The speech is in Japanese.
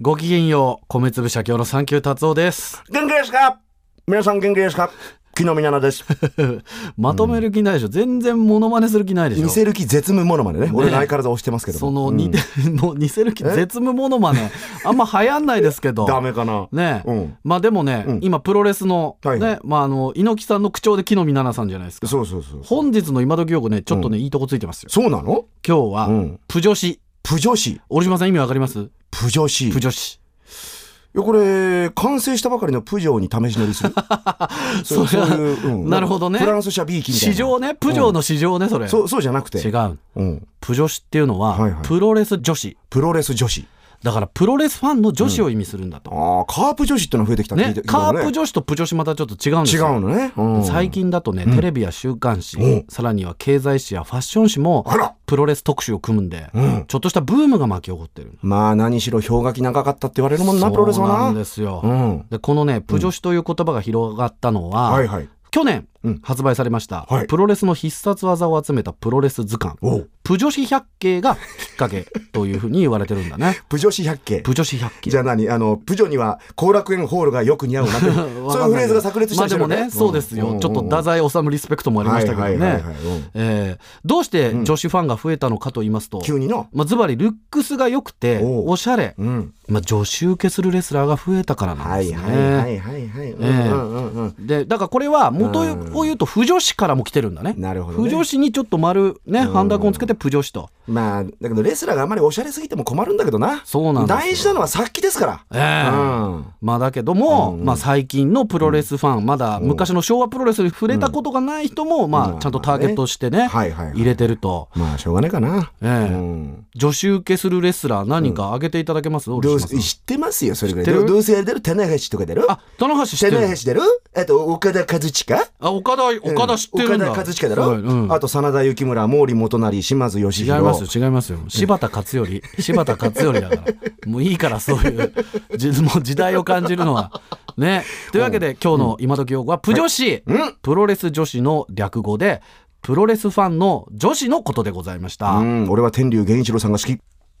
ごきげんよう、米粒社協の三級達夫です。 元気ですか皆さん元気ですか木の実奈々 です。まとめる気ないでしょ。全然モノマネする気ないでし似ょ。せる気絶無ものまでね。俺の相変わらず押してますけども。その、似て、 もう似せる気絶無モノマネ。あんま流行んないですけど。 ダメかな。ねえ、うんまあでもね、うん今プロレスの、はいはいね、まああの、猪木さんの口調で木の実奈々さんじゃないですか。そうそうそう。本日の今時用語ね、ちょっとね、いいとこついてますよ。そうなの今日は、うんプ女子。プ女子。折島さん意味わかりますプ女子。いプ女子。や、これ、完成したばかりのプジョーに試し乗り する。それはいううんなるほどねフランス車 B 機みたいな。市場ね、プ女の市場ね、それ。そう、そうじゃなくて。違う。うん。プ女子っていうのは、はいはいプロレス女子。プロレス女子。だからプロレスファンの女子を意味するんだと。ああ、カープ女子ってのが増えてきたって聞ねいて、カープ聞い女子とプ女子またちょっと違うんですたよ。のね違うのね。最近。近だとね、テレビや週刊誌、うんさらには経済誌やファッション誌もあらプロレス特集を組むんで、うん。ちょっとしたブームが巻き起こってる。まあ、何しろ氷河期長かったって言われるもんな、プロレスはな。そうなんですよ。うん。でこのね、プ女子という言葉が広がったのは、はいはい。去年うん発売されました、はいプロレスの必殺技を集めたプロレス図鑑、おうプ女子百景がきっかけというふうに言われてるんだ ね。プ女子百景。プ女子百景じ。ゃあ何あの、プジョには後楽園ホールがよく似合うなって、 そうい うわかんフなレーズが炸裂したりしてるまあよでもね、そうですよ、ちょっと太宰治リスペクトもありましたけどね、はいはいはいはいうんえーどうして女子ファンが増えたのかと言いますと、急にの。まあ、ズバリルックスが良くておうおしゃれ、うん。まあ、女子受けするレスラーが増えたからなんはですいね、はいはいはいはい。うんうんうんうん。でだからこれは元を言うと不女子からも来てるんだねなるほどね不女子にちょっと丸ねハンダコンつけて不女子と、まあ、だけどレスラーがあまりおしゃれすぎても困るんだけどな。そうなんですよ大事なのは殺気ですかええら。うん。まあだけども、まあ、最近のプロレスファン、まだ昔の昭和プロレスに触れたことがない人も、まあ、ちゃんとターゲットしてね、はいはいはい入れてると、まあ、しょうがないかな。ええうん。女子受けするレスラー何か挙げていただけます、折どう島さん知ってますよ、それぐらい。知ってるどうせやれる手長橋とか出るあ、棚橋知っ手て長る橋出るあと、岡田和親あ、岡田、岡田知ってるんだ。岡田和親だすろ、ごいうん、あと真田幸村毛利元就島津義違い弘ますよ、違いますよ。柴田勝頼。柴田勝頼だから。もういいから、そういう、 じもう時代を感じるのは。ね。というわけで、今日の今時用語は、プ女子、うんプロレス女子の略語で、プロレスファンの女子のことでございました。うん俺は天竜源一郎さんが好き